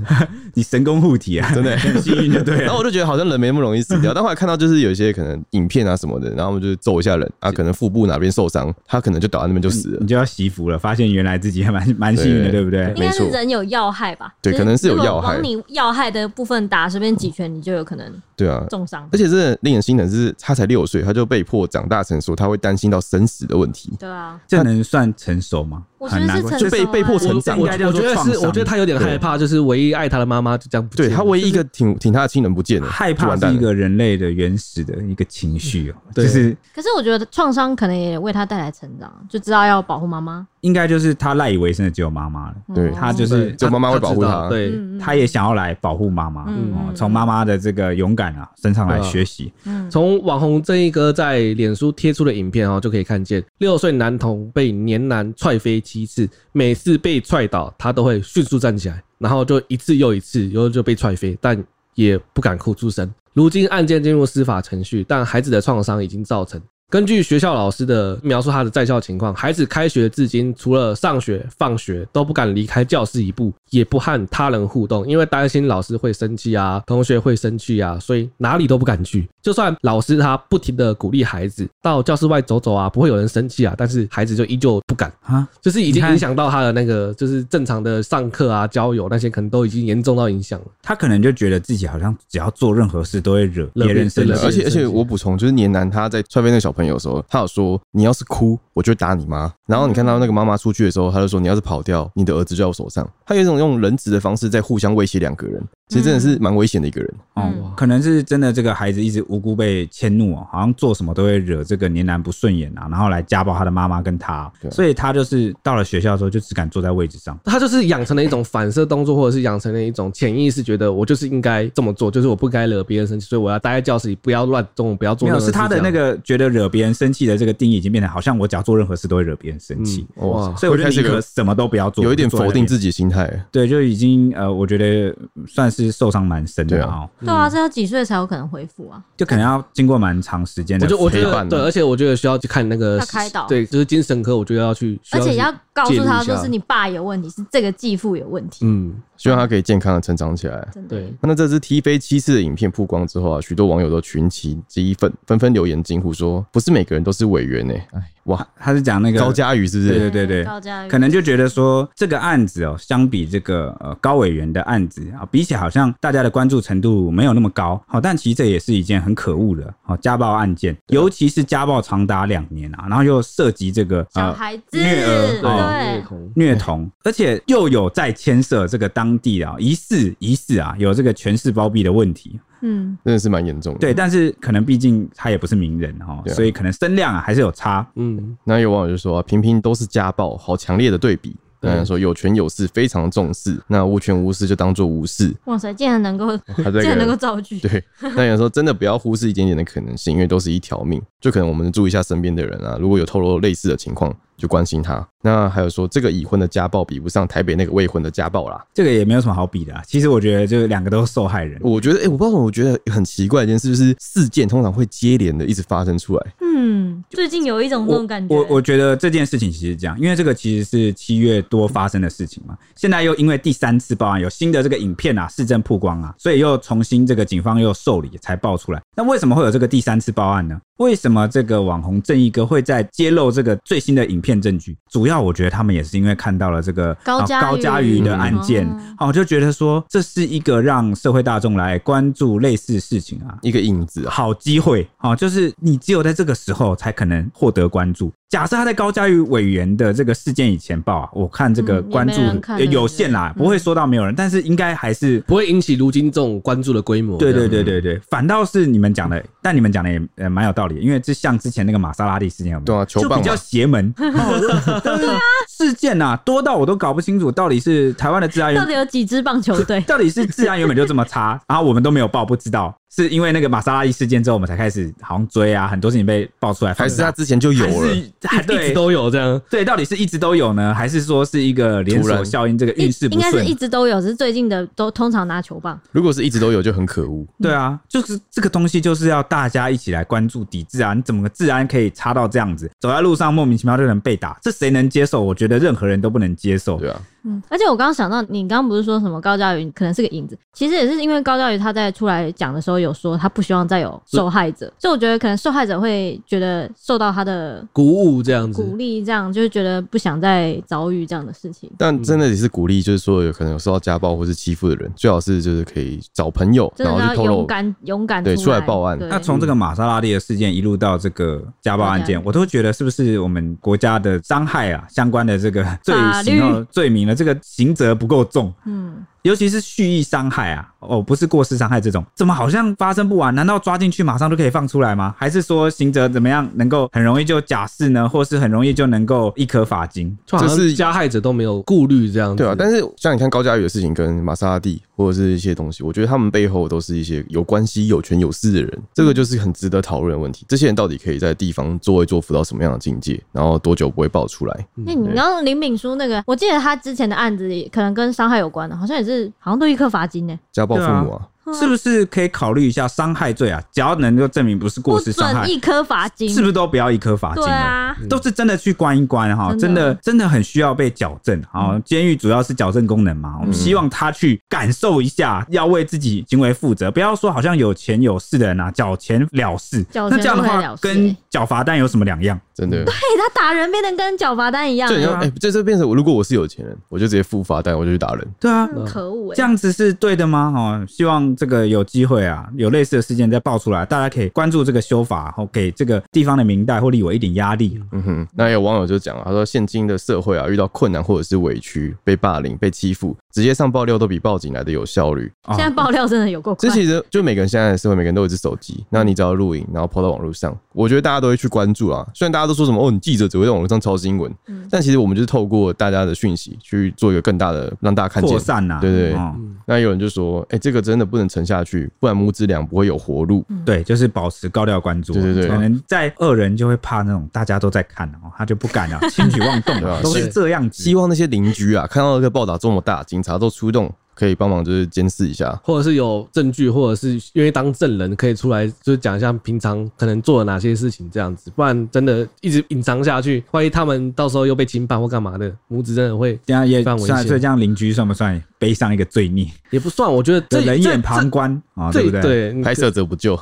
[SPEAKER 1] 你神功护体啊，
[SPEAKER 3] 真的。
[SPEAKER 1] 很幸运就对
[SPEAKER 3] 然后
[SPEAKER 1] 了。
[SPEAKER 3] 我就觉得好像人没那么容易死掉，但后来看到就是有一些可能影片啊什么的，然后我们就是揍一下人啊，可能腹部哪边受伤，他可能就倒在那边就死了
[SPEAKER 1] 你。就要惜福了，发现原来自己还蛮蛮幸运的，
[SPEAKER 3] 对
[SPEAKER 1] 对不对？
[SPEAKER 2] 应该是
[SPEAKER 3] 没错
[SPEAKER 2] 人有要害吧？
[SPEAKER 3] 对
[SPEAKER 2] 就是
[SPEAKER 3] 可能是有
[SPEAKER 2] 如果
[SPEAKER 3] 要害
[SPEAKER 2] 往你要害的部分打随便几拳，你就有可能
[SPEAKER 3] 对啊，
[SPEAKER 2] 重伤
[SPEAKER 3] 而。且真的令人心疼是，他才六岁，他就被迫长大成熟，他会担心到生死的问题。
[SPEAKER 2] 对啊，
[SPEAKER 1] 这能算成熟吗？
[SPEAKER 2] 我觉得
[SPEAKER 1] 很难
[SPEAKER 2] 是
[SPEAKER 1] 过，
[SPEAKER 2] 成
[SPEAKER 1] 就
[SPEAKER 2] 熟
[SPEAKER 1] 是
[SPEAKER 3] 被被迫
[SPEAKER 2] 啊
[SPEAKER 3] 成
[SPEAKER 4] 我
[SPEAKER 3] 长
[SPEAKER 4] 我
[SPEAKER 1] 应该叫
[SPEAKER 4] 我
[SPEAKER 1] 做
[SPEAKER 4] 觉得
[SPEAKER 1] 创
[SPEAKER 4] 是，
[SPEAKER 1] 伤
[SPEAKER 4] 我觉得他有点害怕，就是唯一爱他的妈妈就这样不见
[SPEAKER 3] 对
[SPEAKER 4] 了
[SPEAKER 3] 他唯一一个挺挺他的亲人不见了，
[SPEAKER 1] 害
[SPEAKER 3] 就
[SPEAKER 1] 怕
[SPEAKER 3] 完
[SPEAKER 1] 是
[SPEAKER 3] 蛋
[SPEAKER 1] 一
[SPEAKER 3] 了。
[SPEAKER 1] 个人类的原始的一个情绪哦，就
[SPEAKER 4] 对
[SPEAKER 1] 是
[SPEAKER 2] 可是我觉得创伤可能也为他带来成长，就知道要保护妈妈。
[SPEAKER 1] 应该就是他赖以为生的只有妈妈了，
[SPEAKER 2] 嗯
[SPEAKER 3] 对
[SPEAKER 1] 他就
[SPEAKER 4] 对
[SPEAKER 1] 是
[SPEAKER 3] 就妈妈会保护
[SPEAKER 4] 知
[SPEAKER 3] 他
[SPEAKER 4] 道对，
[SPEAKER 2] 嗯嗯
[SPEAKER 1] 他也想要来保护妈妈，
[SPEAKER 2] 嗯
[SPEAKER 1] 哦
[SPEAKER 2] 嗯
[SPEAKER 1] 从妈妈的这个勇敢啊身上来
[SPEAKER 4] 对啊
[SPEAKER 1] 学习。
[SPEAKER 2] 嗯
[SPEAKER 4] 从网红这一哥在脸书贴出的影片哦，就可以看见，六岁男童被年男踹飞七次，每次被踹倒，他都会迅速站起来，然后就一次又一次，然后就被踹飞，但也不敢哭出声。如今案件进入司法程序，但孩子的创伤已经造成。根据学校老师的描述，他的在校情况，孩子开学至今，除了上学、放学都不敢离开教室一步，也不和他人互动，因为担心老师会生气啊，同学会生气啊，所以哪里都不敢去。就算老师他不停的鼓励孩子到教室外走走啊，不会有人生气啊，但是孩子就依旧不敢，
[SPEAKER 1] 啊，
[SPEAKER 4] 就是已
[SPEAKER 1] 你
[SPEAKER 4] 经
[SPEAKER 1] 看
[SPEAKER 4] 影响到他的那个，就是正常的上课啊、交友那些，可能都已经严重到影响了。
[SPEAKER 1] 他可能就觉得自己好像只要做任何事都会惹
[SPEAKER 4] 惹
[SPEAKER 1] 别人生
[SPEAKER 4] 别人
[SPEAKER 1] 气，
[SPEAKER 3] 而且
[SPEAKER 4] 对
[SPEAKER 3] 而且我补充，就是年男他在踹飞那个小朋友的时候，他有说你要是哭，我就打你妈。然后你看到那个妈妈出去的时候，他就说你要是跑掉，你的儿子就在我手上。他有一种用人质的方式在互相威胁两个
[SPEAKER 1] 嗯
[SPEAKER 3] 人，其实真的是蛮危险的一个人。
[SPEAKER 1] 哦，可能是真的，这个孩子一直无辜被迁怒哦，好像做什么都会惹这个年男不顺眼啊，然后来家暴他的妈妈跟他，
[SPEAKER 3] 对
[SPEAKER 1] 所以他就是到了学校之后就只敢坐在位置上。
[SPEAKER 4] 他就是养成了一种反射动作，或者是养成了一种潜意识，觉得我就是应该这么做，就是我不该惹别人生气，所以我要待在教室里，不要乱动，不要做
[SPEAKER 1] 没
[SPEAKER 4] 任
[SPEAKER 1] 有，是
[SPEAKER 4] 何事啊这
[SPEAKER 1] 他
[SPEAKER 4] 样。
[SPEAKER 1] 的那个觉得惹别人生气的这个定义已经变成好像我只要做任何事都会惹别人生气，
[SPEAKER 4] 嗯哇
[SPEAKER 1] 所以我就
[SPEAKER 3] 会开始
[SPEAKER 1] 宁
[SPEAKER 3] 有
[SPEAKER 1] 可什么都不要做，
[SPEAKER 3] 有一点
[SPEAKER 1] 我就坐在
[SPEAKER 3] 否
[SPEAKER 1] 那
[SPEAKER 3] 定
[SPEAKER 1] 边
[SPEAKER 3] 自己心态。
[SPEAKER 1] 对，就已经呃，我觉得嗯算是受伤蛮深的啊、哦，
[SPEAKER 2] 对啊，这要几岁才有可能恢复啊？
[SPEAKER 1] 就可能要经过蛮长时间
[SPEAKER 4] 我
[SPEAKER 1] 的
[SPEAKER 4] 就我觉
[SPEAKER 3] 陪伴
[SPEAKER 4] 得对，
[SPEAKER 3] 啊
[SPEAKER 4] 而且我觉得需要去看那个
[SPEAKER 2] 要开导
[SPEAKER 4] 对，就是精神科，我觉得要去，需
[SPEAKER 2] 而且
[SPEAKER 4] 去
[SPEAKER 2] 要告
[SPEAKER 4] 介
[SPEAKER 2] 诉
[SPEAKER 4] 入
[SPEAKER 2] 他
[SPEAKER 4] 一
[SPEAKER 2] 说
[SPEAKER 4] 下
[SPEAKER 2] 是你爸有问题，是这个继父有问题。
[SPEAKER 4] 嗯，
[SPEAKER 3] 希望他可以健康的成长起来。
[SPEAKER 2] 真的
[SPEAKER 4] 对，
[SPEAKER 3] 那这支踢飞七次的影片曝光之后啊，许多网友都群起激愤，纷纷留言惊呼说：“不是每个人都是委员呢、哎，哇，
[SPEAKER 1] 他是讲那个
[SPEAKER 3] 高佳宇是不是？
[SPEAKER 1] 对对对
[SPEAKER 2] 高嘉瑜
[SPEAKER 1] 可能
[SPEAKER 3] 啊
[SPEAKER 1] 就觉得说这个案子哦，相比这个呃高委员的案子啊，比起好像大家的关注程度没有那么高，好、但其实这也是一件很可恶的哦家暴案件，尤其是家暴长达两年啊，然后又涉及这个
[SPEAKER 2] 小
[SPEAKER 1] 呃
[SPEAKER 2] 孩子
[SPEAKER 1] 虐儿哦
[SPEAKER 2] 对
[SPEAKER 4] 虐童
[SPEAKER 1] 虐童，而且又有在牵涉这个当地啊疑似疑似啊有这个权势包庇的问题。
[SPEAKER 2] 嗯，
[SPEAKER 3] 真的是蛮严重的。
[SPEAKER 1] 对，，但是可能毕竟他也不是名人哈，
[SPEAKER 3] 对啊
[SPEAKER 1] 所以可能声量啊还是有差。
[SPEAKER 4] 嗯，
[SPEAKER 3] 那有网友就说、啊，平平都是家暴，好强烈的对比。
[SPEAKER 4] 对
[SPEAKER 3] 那说有权有势，非常重视；那无权无势就当做无视。
[SPEAKER 2] 哇塞，竟然能够
[SPEAKER 3] 他这
[SPEAKER 2] 竟然能够
[SPEAKER 3] 个
[SPEAKER 2] 造句，
[SPEAKER 3] 对，那有人说真的不要忽视一点点的可能性，因为都是一条命。就可能我们注意一下身边的人啊，如果有透露类似的情况，就关心他。那还有说这个已婚的家暴比不上台北那个未婚的家暴啦。
[SPEAKER 1] 这个也没有什么好比的、啊。其实我觉得，就是两个都是受害人。
[SPEAKER 3] 我觉得，哎、我不知道为什么，我觉得很奇怪一件事，就是事件通常会接连的一直发生出来。
[SPEAKER 2] 嗯，最近有一种这种感觉，
[SPEAKER 1] 我我觉得这件事情其实这样，因为这个其实是七月多发生的事情嘛，现在又因为第三次报案，有新的这个影片啊，市政曝光啊，所以又重新这个警方又受理才爆出来。那为什么会有这个第三次报案呢？为什么这个网红正义哥会在揭露这个最新的影片证据？主要我觉得他们也是因为看到了这个
[SPEAKER 2] 高
[SPEAKER 1] 啊
[SPEAKER 2] 嘉
[SPEAKER 1] 高嘉
[SPEAKER 2] 瑜
[SPEAKER 1] 瑜的案件
[SPEAKER 2] 嗯，
[SPEAKER 1] 好、就觉得说这是一个让社会大众来关注类似事情啊，
[SPEAKER 3] 一个影子啊，
[SPEAKER 1] 好机会啊、哦就是你只有在这个时候才可能获得关注。假设他在高嘉瑜委员的这个事件以前报啊，我看这个
[SPEAKER 2] 嗯也
[SPEAKER 1] 关
[SPEAKER 2] 没
[SPEAKER 1] 注、
[SPEAKER 2] 人看
[SPEAKER 1] 呃
[SPEAKER 2] 对
[SPEAKER 1] 有
[SPEAKER 2] 不对
[SPEAKER 1] 限啦，
[SPEAKER 2] 嗯
[SPEAKER 1] 不会说到没有人，但是应该还是。
[SPEAKER 4] 不会引起如今这种关注的规模。
[SPEAKER 1] 对
[SPEAKER 4] 这
[SPEAKER 1] 对
[SPEAKER 4] 样
[SPEAKER 1] 对对对，反倒是你们讲的，但你们讲的也呃蛮有道理的，因为这像之前那个玛莎拉蒂事件有没有？
[SPEAKER 3] 对啊球
[SPEAKER 1] 就
[SPEAKER 3] 棒
[SPEAKER 1] 比较
[SPEAKER 3] 嘛
[SPEAKER 1] 邪 门。哦对啊，事件啊多到我都搞不清楚，到底是台湾的治安员
[SPEAKER 2] 到底有几支棒球队？
[SPEAKER 1] 到底是治安原本就这么差， 然后我们都没有报，不知道是因为那个玛莎拉蒂事件之后，我们才开始好像追啊，很多事情被爆出来，
[SPEAKER 3] 还是他
[SPEAKER 1] 他
[SPEAKER 3] 之前就有了？
[SPEAKER 1] 还
[SPEAKER 4] 一直
[SPEAKER 1] 对
[SPEAKER 4] 都有这样。
[SPEAKER 1] 对，到底是一直都有呢，还是说是一个连
[SPEAKER 3] 突
[SPEAKER 1] 锁
[SPEAKER 3] 然
[SPEAKER 1] 效应，这个运势
[SPEAKER 2] 应
[SPEAKER 1] 不
[SPEAKER 2] 该是
[SPEAKER 1] 顺
[SPEAKER 2] 一？直都有，只是最近的都通常拿球棒。
[SPEAKER 3] 如果是一直都有，就很可恶。
[SPEAKER 1] 对啊，就是这个东西就是要大家一起来关注抵制啊！你怎么个治安可以差到这样子？走在路上莫名其妙就能被打，这谁能接受？我觉得任何人都不能接受。
[SPEAKER 3] 对啊，
[SPEAKER 2] 嗯，而且我刚刚想到，你刚刚不是说什么高嘉瑜可能是个影子，其实也是因为高嘉瑜他在出来讲的时候有说他不希望再有受害者，所以我觉得可能受害者会觉得受到他的
[SPEAKER 1] 嗯
[SPEAKER 4] 鼓舞这样子，
[SPEAKER 2] 鼓励，这样就是觉得不想再遭遇这样的事情。
[SPEAKER 3] 但真的也是鼓励，就是说有可能有受到家暴或是欺负的人，最好是就是可以找朋友，
[SPEAKER 2] 真
[SPEAKER 3] 然后
[SPEAKER 2] 的
[SPEAKER 3] 去
[SPEAKER 2] 要
[SPEAKER 3] 透
[SPEAKER 2] 勇
[SPEAKER 3] 露。
[SPEAKER 2] 敢，勇敢
[SPEAKER 3] 对
[SPEAKER 2] 出
[SPEAKER 3] 出来报案
[SPEAKER 2] 对
[SPEAKER 1] 那从这个玛莎拉蒂的事件一路到这个家暴案件，
[SPEAKER 2] 嗯
[SPEAKER 1] 我都觉得是不是我们国家的伤害啊相关的这个罪
[SPEAKER 2] 法律
[SPEAKER 1] 行哦罪名的这个刑责不够重，
[SPEAKER 2] 嗯，
[SPEAKER 1] 尤其是蓄意伤害啊，哦，不是过失伤害这种，怎么好像发生不完？难道抓进去马上就可以放出来吗？还是说刑责怎么样能够很容易就假释呢，或是很容易就能够一颗罚金？
[SPEAKER 4] 就好像
[SPEAKER 3] 就是
[SPEAKER 4] 加害者都没有顾虑这样子。
[SPEAKER 3] 对啊，但是像你看高佳宇的事情跟玛莎拉蒂或者是一些东西，我觉得他们背后都是一些有关系、有权有势的人，这个就是很值得讨论的问题。这些人到底可以在地方作威作福到什么样的境界，然后多久不会爆出来？
[SPEAKER 2] 那
[SPEAKER 1] 嗯
[SPEAKER 2] 你刚刚林敏书那个，我记得他之前的案子也可能跟伤害有关的，好像也是好像都一颗罚金呢、
[SPEAKER 3] 家暴父母
[SPEAKER 1] 对
[SPEAKER 2] 嗯
[SPEAKER 3] 啊，
[SPEAKER 1] 是不是可以考虑一下伤害罪啊？只要能够证明不是
[SPEAKER 2] 不
[SPEAKER 1] 过失伤害
[SPEAKER 2] 准，一颗罚金，
[SPEAKER 1] 是不是都不要一颗罚金
[SPEAKER 2] 对
[SPEAKER 1] 了？
[SPEAKER 2] 啊，
[SPEAKER 3] 嗯
[SPEAKER 1] 都是真的去关一关哈，
[SPEAKER 2] 真
[SPEAKER 1] 真
[SPEAKER 2] 的嗯
[SPEAKER 1] 的真的很需要被矫正啊。监狱主要是矫正功能
[SPEAKER 3] 嗯
[SPEAKER 1] 嘛，我们希望他去感受一下，要为自己行为负责，不要说好像有钱有势的人啊，缴钱了事。
[SPEAKER 2] 缴钱
[SPEAKER 1] 那这样的
[SPEAKER 2] 不太了
[SPEAKER 1] 话
[SPEAKER 2] 事，
[SPEAKER 1] 跟
[SPEAKER 2] 欸
[SPEAKER 1] 缴罚单有什么两样？
[SPEAKER 3] 真的。
[SPEAKER 2] 哎、他打人变得跟缴罚单一样、
[SPEAKER 3] 就你
[SPEAKER 2] 欸
[SPEAKER 3] 要，哎、这就变成我，如果我是有钱人，我就直接付罚单，我就去打人。
[SPEAKER 1] 对啊，
[SPEAKER 2] 嗯可恶哎、
[SPEAKER 1] 这样子是对的吗？哦，希望这个有机会啊，有类似的事件再爆出来，大家可以关注这个修法，然后给这个地方的民代或立委一点压力。
[SPEAKER 3] 嗯哼，那有网友就讲啊了，他说现今的社会啊，遇到困难或者是委屈、被霸凌、被欺负，直接上爆料都比报警来啊的有效率。
[SPEAKER 1] 哦
[SPEAKER 2] 现在爆料真的有够快
[SPEAKER 3] 这，其实就每个人现在的社会，每个人都有一只手机，那你只要录影，然后抛到网络上，我觉得大家都会去关注啊。虽然大家都说什么哦，你记者只会在网络上抄新闻，
[SPEAKER 2] 嗯
[SPEAKER 3] 但其实我们就是透过大家的讯息去做一个更大的，让大家看见
[SPEAKER 1] 扩。散呐，
[SPEAKER 3] 对对
[SPEAKER 1] 哦
[SPEAKER 3] 那有人就说，哎、这个真的不能沉下去，不然母子俩不会有活路。
[SPEAKER 1] 对，就是保持高调关注。啊
[SPEAKER 3] 对对对
[SPEAKER 1] 可能在恶人就会怕那种大家都在看哦，他就不敢了，轻举妄动
[SPEAKER 3] 对
[SPEAKER 1] 了
[SPEAKER 3] 啊，
[SPEAKER 1] 都是
[SPEAKER 4] 是
[SPEAKER 1] 这样子
[SPEAKER 3] 希。望那些邻居啊，看到这个报道这么大，警察都出动，可以帮忙就是监视一下。
[SPEAKER 4] 或者是有证据，或者是愿意当证人，可以出来就是讲一下平常可能做了哪些事情这样子，不然真的一直隐藏下去，万一他们到时候又被侵犯或干嘛的，母子真的会
[SPEAKER 1] 这样也
[SPEAKER 4] 犯危
[SPEAKER 1] 算，
[SPEAKER 4] 险
[SPEAKER 1] 所以这样邻居算不算背上一个罪孽？
[SPEAKER 4] 也不算。我觉得这
[SPEAKER 1] 人眼
[SPEAKER 4] 这
[SPEAKER 1] 旁观啊，
[SPEAKER 4] 这
[SPEAKER 1] 对不
[SPEAKER 4] 嗯对
[SPEAKER 1] 对？
[SPEAKER 4] 你
[SPEAKER 3] 拍摄者不救，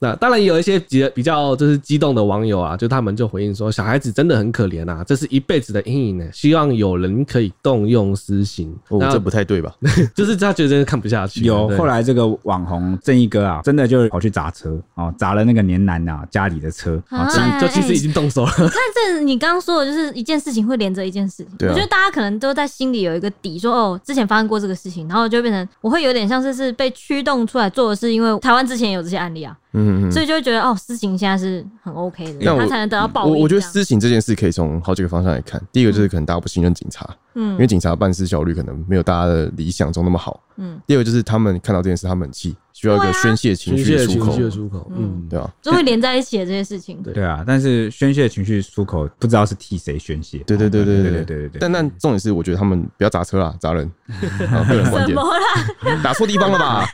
[SPEAKER 4] 那当然也有一些比较比较就是激动的网友啊，就他们就回应说，小孩子真的很可怜啊，这是一辈子的阴影呢，希望有人可以动用私刑。
[SPEAKER 3] 哦
[SPEAKER 4] 那
[SPEAKER 3] 这不太太对 吧？
[SPEAKER 4] 就是他觉得真的看不下去了。
[SPEAKER 1] 有
[SPEAKER 4] 啊对
[SPEAKER 1] 后来这个网红正义哥啊，真的就跑去砸车哦，砸了那个年男啊家里的车
[SPEAKER 2] 啊
[SPEAKER 1] 哦，这
[SPEAKER 4] 就就其实已经 动手了，
[SPEAKER 2] 那这你刚刚说的就是一件事情会连着一件事情，
[SPEAKER 3] 对啊
[SPEAKER 2] 我觉得大家可能都在心里有一个底，说哦，之前发生过这个事情，然后就变成我会有点像是是被驱动出来做的是，因为台湾之前也有这些案例啊，
[SPEAKER 3] 嗯嗯
[SPEAKER 2] 所以就会觉得哦，事情现在是很 OK 的，
[SPEAKER 3] 但我
[SPEAKER 2] 他才能得到报
[SPEAKER 3] 我
[SPEAKER 2] 应这样。
[SPEAKER 3] 我觉得私刑这件事可以从好几个方向来看。第一个就是可能大家不信任警察，因为
[SPEAKER 2] 嗯
[SPEAKER 3] 警察办事效率可能没有大家的理想中那么好。
[SPEAKER 2] 嗯，
[SPEAKER 3] 第二个就是他们看到这件事，他们很气，需要一
[SPEAKER 2] 对
[SPEAKER 3] 个
[SPEAKER 2] 啊
[SPEAKER 3] 宣泄情绪的出
[SPEAKER 4] 情
[SPEAKER 3] 口
[SPEAKER 4] 绪，的出口，嗯
[SPEAKER 2] 嗯，
[SPEAKER 3] 对吧？
[SPEAKER 2] 就会连在一起的这些事情。
[SPEAKER 4] 对
[SPEAKER 1] 对啊，但是宣泄情绪出口不知道是替谁宣泄，啊
[SPEAKER 3] 对对对
[SPEAKER 1] 对
[SPEAKER 3] 对对
[SPEAKER 1] 对
[SPEAKER 3] 对
[SPEAKER 1] 对对对，
[SPEAKER 3] 但但重点是，我觉得他们不要砸车 啦，砸人，啊个人观
[SPEAKER 2] 怎
[SPEAKER 3] 点
[SPEAKER 2] 么， 啦？
[SPEAKER 3] 打错地方 了吧？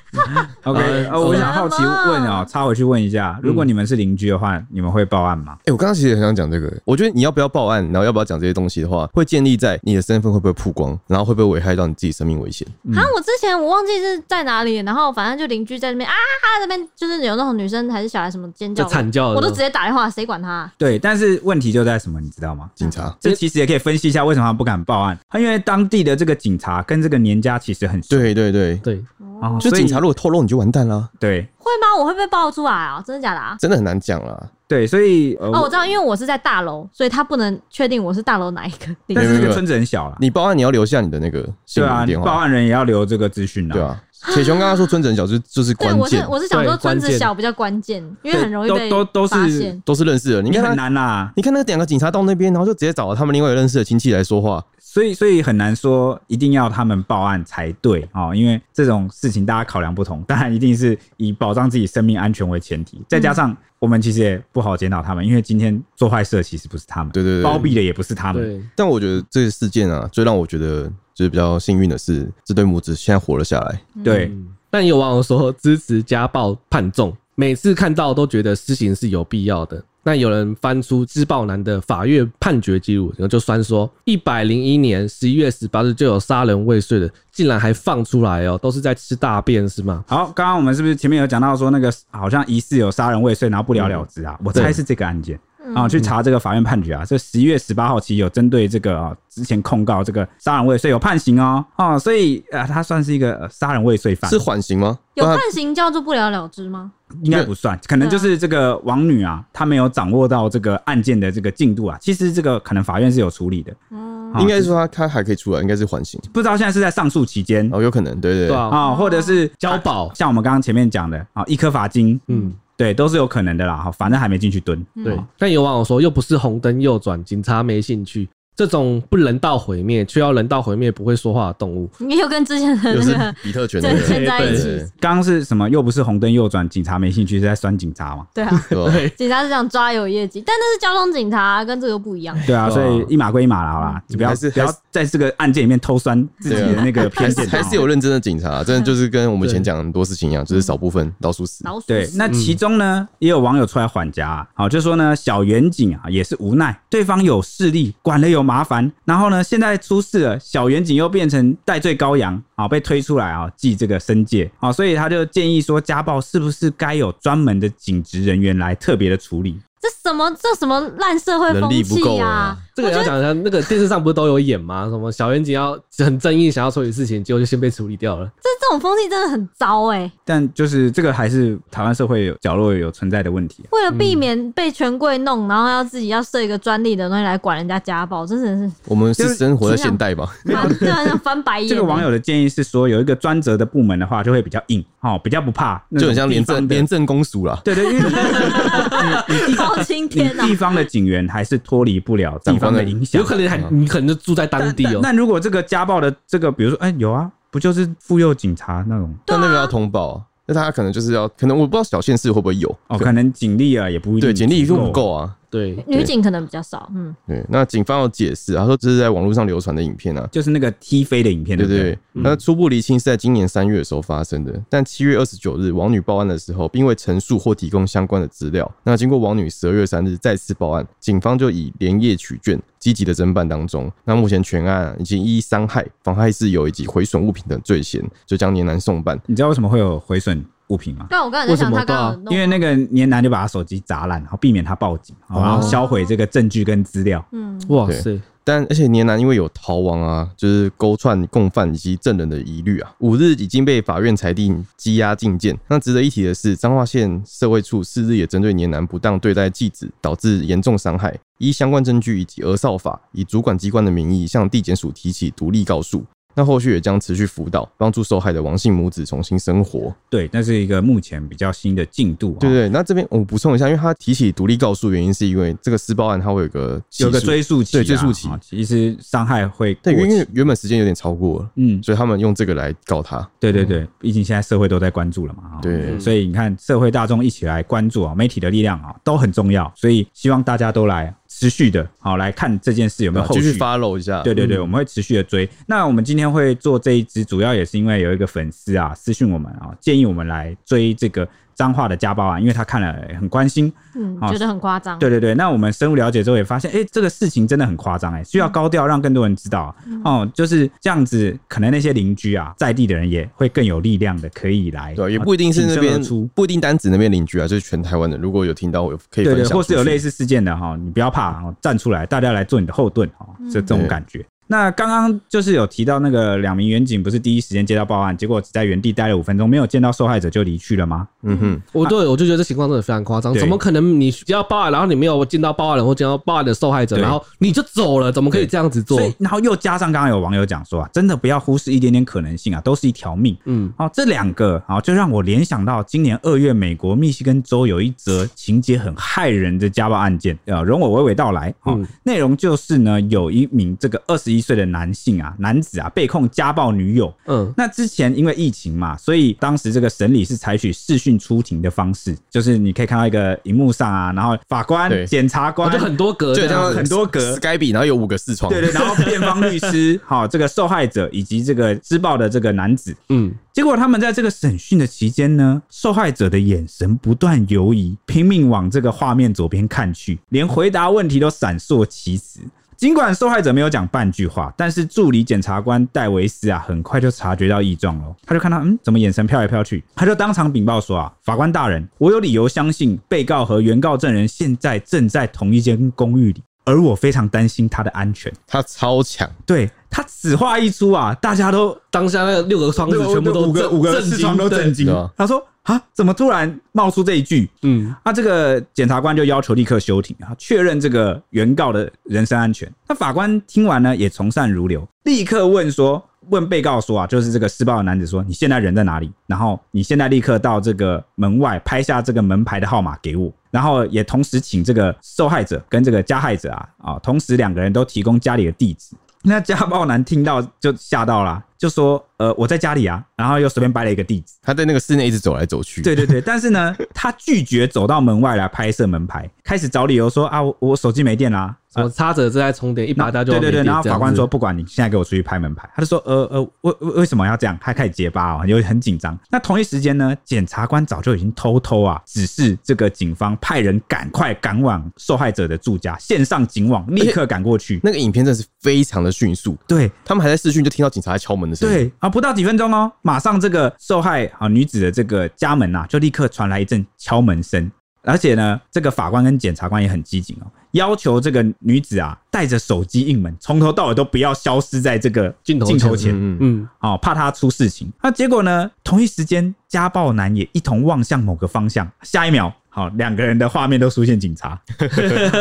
[SPEAKER 1] OK，
[SPEAKER 4] 呃
[SPEAKER 1] 呃，我想好奇问
[SPEAKER 2] 什
[SPEAKER 1] 哦
[SPEAKER 2] 么，
[SPEAKER 1] 插回去问一下，如果你们是邻居的话，你们会报案吗？
[SPEAKER 3] 哎、我刚刚其实也很想讲这个，我觉得你要不要报案，然后要不要讲这些东西的话，会建立在你的身份会不会曝光，然后会不会危害到你自己生命危险。
[SPEAKER 2] 啊，我之前我忘记是在哪里，然后反正就邻居在那边啊，他在那边就是有那种女生还是小孩什么尖
[SPEAKER 4] 在
[SPEAKER 2] 叫，
[SPEAKER 4] 惨叫的时候，
[SPEAKER 2] 我都直接打电话，谁管他啊？
[SPEAKER 1] 对，但是问题就在什么，你知道吗？
[SPEAKER 3] 警察，
[SPEAKER 1] 这其实也可以分析一下为什么他不敢报案，因为当地的这个警察跟这个年家其实很熟，
[SPEAKER 3] 对对对，
[SPEAKER 4] 对，
[SPEAKER 1] 哦
[SPEAKER 3] 就
[SPEAKER 1] 所以
[SPEAKER 3] 警察如果透露你就完蛋啦，
[SPEAKER 1] 对
[SPEAKER 2] 会吗？我会被爆出来啊？真的假的啊？
[SPEAKER 3] 真的很难讲啦。
[SPEAKER 1] 对，所以呃
[SPEAKER 2] 哦，我知道，因为我是在大楼，所以他不能确定我是大楼哪一个地
[SPEAKER 1] 但
[SPEAKER 2] 方。
[SPEAKER 1] 是这个村子很小啦，
[SPEAKER 3] 你报案你要留下你的那个姓
[SPEAKER 1] 对
[SPEAKER 3] 名
[SPEAKER 1] 啊，
[SPEAKER 3] 电
[SPEAKER 1] 报
[SPEAKER 3] 话，
[SPEAKER 1] 案人也要留这个资讯
[SPEAKER 3] 对，啊。铁雄刚刚说尊整小就是就是
[SPEAKER 2] 对，
[SPEAKER 3] 关
[SPEAKER 2] 我是
[SPEAKER 3] 键，
[SPEAKER 2] 我是想
[SPEAKER 4] 对
[SPEAKER 2] 说村
[SPEAKER 4] 关
[SPEAKER 2] 子
[SPEAKER 4] 键
[SPEAKER 2] 小比较关键，因为很容易
[SPEAKER 1] 都
[SPEAKER 2] 被
[SPEAKER 1] 都都是
[SPEAKER 2] 发现。
[SPEAKER 3] 都是认识的。你
[SPEAKER 1] 你
[SPEAKER 3] 看
[SPEAKER 1] 很
[SPEAKER 3] 他，
[SPEAKER 1] 难啦，
[SPEAKER 3] 你看那两个警察到那边，然后就直接找他们另外一个认识的亲戚来说话，
[SPEAKER 1] 所以所以很难说一定要他们报案才对哦，因为这种事情大家考量不同，当然一定是以保障自己生命安全为前提，再加上我们其实也不好检讨他们，因为今天做坏事的其实不是他们，
[SPEAKER 3] 对对对
[SPEAKER 1] 包庇的也不是他们，
[SPEAKER 4] 对，
[SPEAKER 3] 但我觉得这个事件啊，最让我觉得就是比较幸运的是，这对母子现在活了下来。
[SPEAKER 1] 对
[SPEAKER 4] 嗯但也有网友说支持家暴判重，每次看到都觉得施行是有必要的。那有人翻出施暴男的法院判决记录，然后就酸说，一百零一年十一月十八日就有杀人未遂的，竟然还放出来哦，都是在吃大便是吗？
[SPEAKER 1] 好，刚刚我们是不是前面有讲到说那个好像疑似有杀人未遂，然后不了了之
[SPEAKER 3] 嗯
[SPEAKER 1] 啊？我猜是这个案件
[SPEAKER 2] 嗯
[SPEAKER 1] 啊，去查这个法院判决啊。这十一月十八号其实有针对这个啊之前控告这个杀人未遂有判刑哦，哦，所以呃，他算是一个呃杀人未遂犯，
[SPEAKER 3] 是缓刑吗？
[SPEAKER 2] 有
[SPEAKER 3] 不然
[SPEAKER 2] 判刑叫做不了了之吗？
[SPEAKER 1] 应该不算，可能就是这个王女啊，她没有掌握到这个案件的这个进度啊。其实这个可能法院是有处理的，
[SPEAKER 2] 嗯，
[SPEAKER 1] 啊
[SPEAKER 3] 应该说他他还可以出来，应该是缓刑
[SPEAKER 1] 不知道现在是在上诉期间
[SPEAKER 3] 哦，有哦可能，对对
[SPEAKER 4] 对啊，
[SPEAKER 1] 嗯啊，或者是
[SPEAKER 4] 交保，
[SPEAKER 1] 像我们刚刚前面讲的啊，一颗罚金，
[SPEAKER 4] 嗯，
[SPEAKER 1] 对，都是有可能的啦。哈，反正还没进去蹲，
[SPEAKER 4] 对，但有网友说，又不是红灯右转，警察没兴趣。这种不人道毁灭，却要人道毁灭不会说话的动物，
[SPEAKER 2] 也有跟之前的
[SPEAKER 3] 又
[SPEAKER 2] 那
[SPEAKER 3] 是
[SPEAKER 2] 个
[SPEAKER 3] 比特犬 那
[SPEAKER 2] 对
[SPEAKER 3] 个，
[SPEAKER 2] 牵在一
[SPEAKER 3] 对对
[SPEAKER 2] 起，
[SPEAKER 1] 刚刚是什么？又不是红灯右转，警察没兴趣，是在酸警察嘛？
[SPEAKER 2] 对啊，
[SPEAKER 3] 对吧？
[SPEAKER 2] 警察是想抓有业绩，但那是交通警察啊，跟这个不一样。
[SPEAKER 1] 对啊，
[SPEAKER 4] 对啊
[SPEAKER 1] 所以一码归一码啦，好吧，就不要
[SPEAKER 3] 哎嗯还是
[SPEAKER 1] 不要在这个案件里面偷酸自己的那个偏
[SPEAKER 3] 还
[SPEAKER 1] 见
[SPEAKER 3] 是
[SPEAKER 1] 啊。
[SPEAKER 3] 还是有认真的警察，真的就是跟我们以前讲的很多事情一样，就是少部分老鼠屎。
[SPEAKER 2] 老鼠
[SPEAKER 1] 对，
[SPEAKER 2] 屎
[SPEAKER 1] 那其中呢，也有网友出来缓颊、啊，好、就说呢，小远景啊也是无奈，对方有势力，管了有麻烦，然后呢，现在出事了，小远景又变成戴罪羔羊啊，被推出来啊，记这个申诫啊，所以他就建议说，家暴是不是该有专门的警职人员来特别的处理？
[SPEAKER 2] 这什么这什么烂社会
[SPEAKER 3] 能
[SPEAKER 2] 风
[SPEAKER 3] 力不够
[SPEAKER 2] 气呀
[SPEAKER 3] 啊？
[SPEAKER 4] 这个要讲一下，那个电视上不是都有演吗？什么小圆警要很正义，想要处理事情，结果就先被处理掉了。
[SPEAKER 2] 这这种风气真的很糟哎、
[SPEAKER 1] 但就是这个还是台湾社会有角落有存在的问题、啊
[SPEAKER 2] 为了避免被权贵弄，然后要自己要设一个专利的东西来管人家家暴，真的 是
[SPEAKER 3] 我们是生活在现代吧？
[SPEAKER 2] 蛮真的很想翻
[SPEAKER 3] 嗯
[SPEAKER 2] 白眼、
[SPEAKER 1] 这个网友的建议是说，有一个专责的部门的话，就会比较硬，哦，比较不怕那
[SPEAKER 3] 就
[SPEAKER 1] 种
[SPEAKER 3] 很像廉
[SPEAKER 1] 地方
[SPEAKER 3] 政
[SPEAKER 1] 的
[SPEAKER 3] 廉政公署啦。
[SPEAKER 1] 对对，因为 你
[SPEAKER 2] 欸包青
[SPEAKER 1] 你
[SPEAKER 2] 天呐、
[SPEAKER 1] 地方的警员还是脱离不了地方的影响
[SPEAKER 4] 有。可能还你可能就住在当地哦、
[SPEAKER 1] 那如果这个家暴的这个，比如说，哎、有啊，不就是妇幼警察那种？
[SPEAKER 3] 但那个要通报啊，那他可能就是要，可能我不知道小县市会不会有
[SPEAKER 1] 哦，可能警力啊也不一定
[SPEAKER 3] 对，警力
[SPEAKER 1] 足
[SPEAKER 3] 不够啊。
[SPEAKER 4] 对，
[SPEAKER 2] 女警可能比较少，嗯，
[SPEAKER 3] 对，那警方有解释啊，他说这是在网络上流传的影片啊，
[SPEAKER 1] 就是那个踢飞的影片，
[SPEAKER 3] 对嗯
[SPEAKER 1] 对不
[SPEAKER 3] 对
[SPEAKER 1] 对？
[SPEAKER 3] 对，那初步厘清是在今年三月的时候发生的，但七月二十九日王女报案的时候，并未陈述或提供相关的资料。那经过王女十二月三日再次报案，警方就以连夜取卷，积极的侦办当中。那目前全案、啊、已经依伤害、妨害事由以及毁损物品等罪嫌，就将年男送办。
[SPEAKER 1] 你知道为什么会有毁损物品嘛。
[SPEAKER 2] 但我刚才在想，
[SPEAKER 4] 为什么
[SPEAKER 2] 他刚好弄啊
[SPEAKER 1] 因为那个年男就把他手机砸烂，然后避免他报警，
[SPEAKER 3] 哦
[SPEAKER 1] 然后销毁这个证据跟资料。
[SPEAKER 2] 嗯，
[SPEAKER 4] 哇塞，
[SPEAKER 3] 但而且年男因为有逃亡啊，就是勾串共犯以及证人的疑虑啊，五日已经被法院裁定羁押禁见。那值得一提的是，彰化县社会处四日也针对年男不当对待继子，导致严重伤害，依相关证据以及《儿少法》，以主管机关的名义向地检署提起独立告诉。那后续也将持续辅导，帮助受害的王姓母子重新生活。
[SPEAKER 1] 对，那是一个目前比较新的进度、哦。
[SPEAKER 3] 对对，那这边我补充一下，因为他提起独立告诉，原因是因为这个施暴案它会有个起
[SPEAKER 1] 有个
[SPEAKER 3] 诉
[SPEAKER 1] 追溯期啊、
[SPEAKER 3] 对追溯期
[SPEAKER 1] 啊其实伤害会过
[SPEAKER 3] 对，因为因为
[SPEAKER 1] 期。
[SPEAKER 3] 原本时间有点超过了，
[SPEAKER 1] 嗯，
[SPEAKER 3] 所以他们用这个来告他。
[SPEAKER 1] 对对对，毕竟现在社会都在关注了嘛，啊
[SPEAKER 3] 嗯对
[SPEAKER 1] 所以你看社会大众一起来关注啊，媒体的力量啊都很重要，所以希望大家都来持续的好来看这件事有没有后
[SPEAKER 3] 啊继
[SPEAKER 1] 续
[SPEAKER 3] 续嗯 follow 一下。
[SPEAKER 1] 对对对，我们会持续的追。那我们今天会做这一支，主要也是因为有一个粉丝啊私讯我们啊，建议我们来追这个脏话的家暴案，因为他看了很关心。
[SPEAKER 2] 嗯
[SPEAKER 1] 好，
[SPEAKER 2] 觉得很夸张。
[SPEAKER 1] 对对对，那我们深入了解之后也发现，哎、这个事情真的很夸张，哎，需要高调让更多人知道啊、哦，就是这样子，可能那些邻居啊，在地的人也会更有力量的，可以来，
[SPEAKER 3] 对，也
[SPEAKER 1] 啊
[SPEAKER 3] 不一定是
[SPEAKER 1] 挺
[SPEAKER 3] 那
[SPEAKER 1] 身
[SPEAKER 3] 边
[SPEAKER 1] 而出，
[SPEAKER 3] 不一定单指那边邻居啊，就是全台湾的。如果有听到，我可以
[SPEAKER 1] 对
[SPEAKER 3] 分
[SPEAKER 1] 对，
[SPEAKER 3] 享。
[SPEAKER 1] 或是有类，似事件的哈，你不要怕，哦站出来，大家来做你的后盾哈，这这种
[SPEAKER 3] 对
[SPEAKER 1] 感觉。那刚刚就是有提到那个两名远警不是第一时间接到报案，结果只在原地待了五分钟，没有见到受害者就离去了吗？
[SPEAKER 3] 嗯哼，
[SPEAKER 4] 我对我就觉得这情况真的非常夸张，
[SPEAKER 1] 对
[SPEAKER 4] 怎么可能你只要报案，然后你没有见到报案人或见到报案的受害者，
[SPEAKER 1] 对
[SPEAKER 4] 然后你就走了，怎么可以这样子做
[SPEAKER 1] 所？以，然后又加上刚刚有网友讲说啊，真的不要忽视一点点可能性啊，都是一条命。
[SPEAKER 4] 嗯，
[SPEAKER 1] 哦，这两个啊、哦，就让我联想到今年二月，美国密西根州有一则情节很骇人的家暴案件。呃，容我娓娓道来。哦
[SPEAKER 4] 嗯，
[SPEAKER 1] 内容就是呢，有一名这个二十一岁的男性啊，男子啊，被控家暴女友。
[SPEAKER 4] 嗯，
[SPEAKER 1] 那之前因为疫情嘛，所以当时这个审理是采取视讯出庭的方式，就是你可以看到一个荧幕上啊，然后法官、
[SPEAKER 3] 对
[SPEAKER 1] 检察
[SPEAKER 4] 我
[SPEAKER 1] 官
[SPEAKER 4] 哦就很多格这
[SPEAKER 3] 就
[SPEAKER 4] 样
[SPEAKER 3] 像
[SPEAKER 4] 子，
[SPEAKER 1] 很多格
[SPEAKER 3] Skype，然后有五个视窗。
[SPEAKER 1] 对对，然后辩方律 师、好、这个受害者以及这个施暴的这个男子，
[SPEAKER 4] 嗯，
[SPEAKER 1] 结果他们在这个审讯的期间呢，受害者的眼神不断游移，拼命往这个画面左边看去，连回答问题都闪烁其词。尽管受害者没有讲半句话，但是助理检察官戴维斯啊，很快就察觉到异状了。他就看到，嗯，怎么眼神飘来飘去？他就当场禀报说啊，法官大人，我有理由相信被告和原告证人现在正在同一间公寓里，而我非常担心他的安全。
[SPEAKER 3] 他超强，
[SPEAKER 1] 对他此话一出啊，大家都
[SPEAKER 4] 当下那六个窗子全部都
[SPEAKER 1] 五个
[SPEAKER 4] 震
[SPEAKER 1] 五个
[SPEAKER 4] 震
[SPEAKER 1] 视
[SPEAKER 4] 惊
[SPEAKER 1] 窗都
[SPEAKER 4] 对
[SPEAKER 1] 震惊
[SPEAKER 3] 对啊。
[SPEAKER 1] 他说：“啊，怎么突然冒出这一句
[SPEAKER 4] 嗯？”
[SPEAKER 1] 啊，这个检察官就要求立刻休庭啊，确认这个原告的人身安全。那法官听完呢，也从善如流，立刻问说：“问被告说啊，就是这个施暴的男子说，你现在人在哪里？然后你现在立刻到这个门外拍下这个门牌的号码给我。”然后也同时请这个受害者跟这个加害者啊啊，同时两个人都提供家里的地址。 那家暴男听到就吓到啦，就说：“呃，我在家里啊。”然后又随便掰了一个地址。
[SPEAKER 3] 他在那个室内一直走来走去。
[SPEAKER 1] 对对对，但是呢，他拒绝走到门外来拍摄门牌，开始找理由说啊，我我手机没电啦、
[SPEAKER 4] 什么插着正在充电，一把啊大
[SPEAKER 1] 对
[SPEAKER 4] 就
[SPEAKER 1] 对对，
[SPEAKER 4] 没电
[SPEAKER 1] 啊然后
[SPEAKER 4] 这
[SPEAKER 1] 法
[SPEAKER 4] 样
[SPEAKER 1] 官
[SPEAKER 4] 子
[SPEAKER 1] 说，不管你现在给我出去拍门牌，他就说呃呃，为为为什么要这样？他开始结巴哦，有很紧张。那同一时间呢，检察官早就已经偷偷啊指示这个警方派人赶快赶往受害者的住家，线上警网立刻赶过去。
[SPEAKER 3] 那个影片真的是非常的迅速，
[SPEAKER 1] 对，
[SPEAKER 3] 他们还在视讯就听到警察在敲门的声音。
[SPEAKER 1] 对啊，不到几分钟哦，马上这个受害啊女子的这个家门啊呐、就立刻传来一阵敲门声，而且呢，这个法官跟检察官也很机警哦，要求这个女子啊带着手机应门，从头到尾都不要消失在这个
[SPEAKER 4] 镜头
[SPEAKER 1] 镜头
[SPEAKER 4] 前
[SPEAKER 1] 前。
[SPEAKER 3] 嗯嗯，
[SPEAKER 4] 嗯，
[SPEAKER 1] 哦，怕她出事情。那结果呢？同一时间，家暴男也一同望向某个方向，下一秒，好、两个人的画面都出现警 察，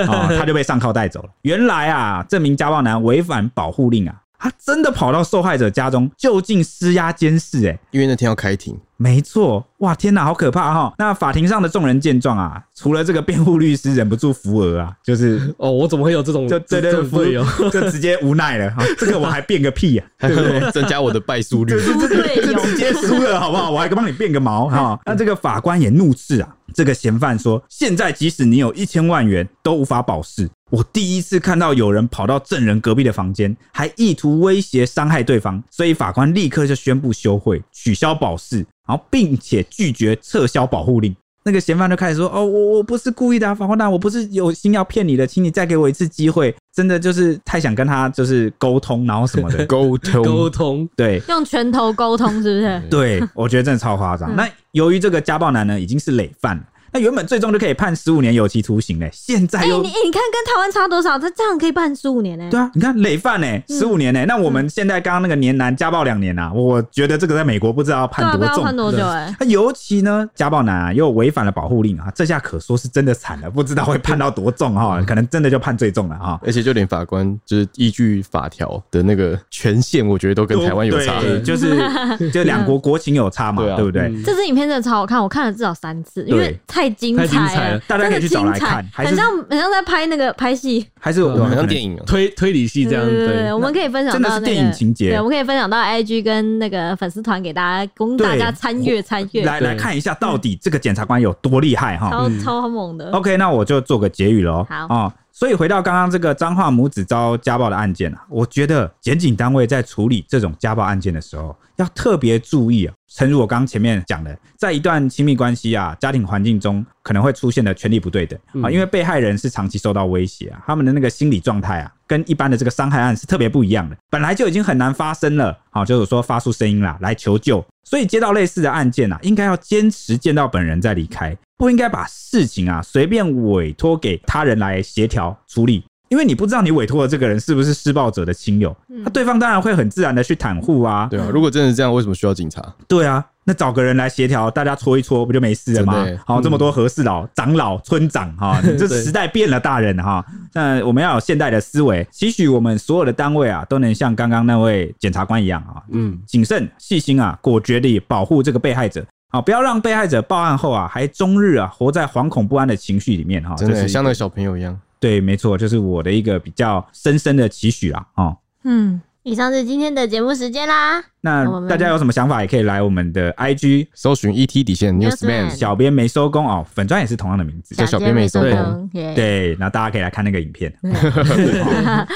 [SPEAKER 1] 哦，他就被上铐带走了。原来啊，这名家暴男违反保护令啊，他真的跑到受害者家中就近施压监视、欸，
[SPEAKER 3] 因为那天要开庭，
[SPEAKER 1] 没错，哇，天哪，好可怕哈、那法庭上的众人见状啊，除了这个辩护律师忍不住扶额啊， 就是
[SPEAKER 4] 哦，我怎么会有这种
[SPEAKER 1] 就对
[SPEAKER 4] 这
[SPEAKER 1] 对
[SPEAKER 4] 这
[SPEAKER 1] 对，
[SPEAKER 4] 种队友？
[SPEAKER 1] 扶就直接无奈了、哈这个我还辩个屁啊呀、
[SPEAKER 3] 对不对？ 增加我的 败诉率。。
[SPEAKER 2] 猪队
[SPEAKER 1] 就
[SPEAKER 2] 友，
[SPEAKER 1] 直接输了，好不好？我还帮你变个毛哈、那这个法官也怒斥啊，这个嫌犯说：现在即使你有一千万元，都无法保释。我第一次看到有人跑到证人隔壁的房间，还意图威胁伤害对方，所以法官立刻就宣布休会，取消保释，然后并且拒绝撤销保护令。那个嫌犯就开始说：“哦，我我不是故意的、啊，法官大人，我不是有心要骗你的，请你再给我一次机会。”真的就是太想跟他就是沟通，然后什么的
[SPEAKER 3] 沟
[SPEAKER 4] 沟
[SPEAKER 3] 通，
[SPEAKER 4] 通，
[SPEAKER 1] 对
[SPEAKER 2] 用拳头沟通是哎不是？
[SPEAKER 1] 对，我觉得真的超夸张。
[SPEAKER 2] 嗯
[SPEAKER 1] 那由于这个家暴男呢已经是累犯了，那原本最终就可以判十五年有期徒刑嘞，现在
[SPEAKER 2] 哎、
[SPEAKER 1] 又、
[SPEAKER 2] 你哎你看跟台湾差多少？他这样可以判十五年呢、
[SPEAKER 1] 对啊，你看累犯呢，
[SPEAKER 2] 嗯
[SPEAKER 1] 十五年呢、那我们现在刚刚那个年男家暴两年啊，我觉得这个在美国不知道要
[SPEAKER 2] 对啊，
[SPEAKER 1] 判
[SPEAKER 2] 不
[SPEAKER 1] 多
[SPEAKER 2] 知道
[SPEAKER 1] 重。
[SPEAKER 2] 判多久哎、
[SPEAKER 1] 那尤其呢，家暴男啊又违反了保护令啊，这下可说是真的惨了，不知道会判到多重
[SPEAKER 3] 嗯
[SPEAKER 1] 哈、可能真的就判最重了哈、
[SPEAKER 3] 而且就连法官就是依据法条的那个权限，我觉得都跟台湾有差。
[SPEAKER 1] 对就是 就两国国情有差嘛，
[SPEAKER 3] 对啊
[SPEAKER 1] 对不对？
[SPEAKER 4] 嗯
[SPEAKER 2] 这支影片真的超好看，我看了至少三次，因为
[SPEAKER 1] 对
[SPEAKER 2] 太精
[SPEAKER 4] 太精彩
[SPEAKER 2] 彩
[SPEAKER 4] 了
[SPEAKER 2] 了，
[SPEAKER 1] 大家可以去找来看
[SPEAKER 2] 真的精彩
[SPEAKER 1] 还是
[SPEAKER 2] 很像很像在拍那个拍戏，
[SPEAKER 1] 还是我
[SPEAKER 3] 对啊
[SPEAKER 1] 们
[SPEAKER 3] 好像
[SPEAKER 1] 可能
[SPEAKER 3] 电影哦、
[SPEAKER 4] 推推理戏这样
[SPEAKER 2] 对对，
[SPEAKER 4] 对。
[SPEAKER 2] 我们可以分享
[SPEAKER 1] 真的
[SPEAKER 2] 到
[SPEAKER 1] 是
[SPEAKER 2] 那个
[SPEAKER 1] 电影情节
[SPEAKER 2] 对，我们可以分享到 IG 跟那个粉丝团给大家供
[SPEAKER 1] 对
[SPEAKER 2] 大家参阅参阅，
[SPEAKER 1] 来来看一下到底这个检察官有多厉害哈。
[SPEAKER 2] 超
[SPEAKER 4] 嗯
[SPEAKER 2] 超猛的。
[SPEAKER 1] OK，那我就做个结语喽。
[SPEAKER 2] 好
[SPEAKER 1] 哦，所以回到刚刚这个彰化母子遭家暴的案件啊，我觉得检警单位在处理这种家暴案件的时候，要特别注意啊。诚如我刚前面讲的，在一段亲密关系啊、家庭环境中可能会出现的权利不对等啊，
[SPEAKER 4] 嗯
[SPEAKER 1] 因为被害人是长期受到威胁啊，他们的那个心理状态啊，跟一般的这个伤害案是特别不一样的，本来就已经很难发生了，好、就是说发出声音啦，来求救。所以接到类似的案件啊，应该要坚持见到本人再离开，不应该把事情啊随便委托给他人来协调处理，因为你不知道你委托的这个人是不是施暴者的亲友，
[SPEAKER 2] 嗯
[SPEAKER 1] 那对方当然会很自然的去袒护啊，
[SPEAKER 3] 对啊，如果真的是这样，为什么需要警察？
[SPEAKER 1] 对啊，那找个人来协调，大家搓一搓不就没事了吗
[SPEAKER 3] 真的耶？
[SPEAKER 1] 好、
[SPEAKER 4] 嗯
[SPEAKER 1] 这么多和事佬、长老、村长 哈，你这
[SPEAKER 4] 对
[SPEAKER 1] 时代变了，大人哈。那我们要有现代的思维，期许我们所有的单位啊，都能像刚刚那位检察官一样啊，
[SPEAKER 4] 嗯，
[SPEAKER 1] 谨慎、细心啊，果决地保护这个被害者。啊，不要让被害者报案后啊，还终日啊活在惶恐不安的情绪里面哈、
[SPEAKER 3] 真
[SPEAKER 1] 这
[SPEAKER 3] 的
[SPEAKER 1] 是
[SPEAKER 3] 像那个小朋友一样。
[SPEAKER 1] 对，没错，就是我的一个比较深深的期许啦啊。哦
[SPEAKER 2] 嗯，以上是今天的节目时间啦，我
[SPEAKER 1] 那
[SPEAKER 2] 们
[SPEAKER 1] 大家有什么想法，也可以来我们的 IG
[SPEAKER 3] 搜寻 ET 底线
[SPEAKER 2] Newsman
[SPEAKER 3] Newsman，
[SPEAKER 1] 小编没收工哦，粉钻也是同样的名字。
[SPEAKER 3] 小编没收
[SPEAKER 2] 工，耶，
[SPEAKER 1] 对，那大家可以来看那个影片。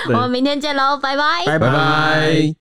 [SPEAKER 2] 我们明天见喽，拜拜。
[SPEAKER 1] 拜
[SPEAKER 3] 拜拜。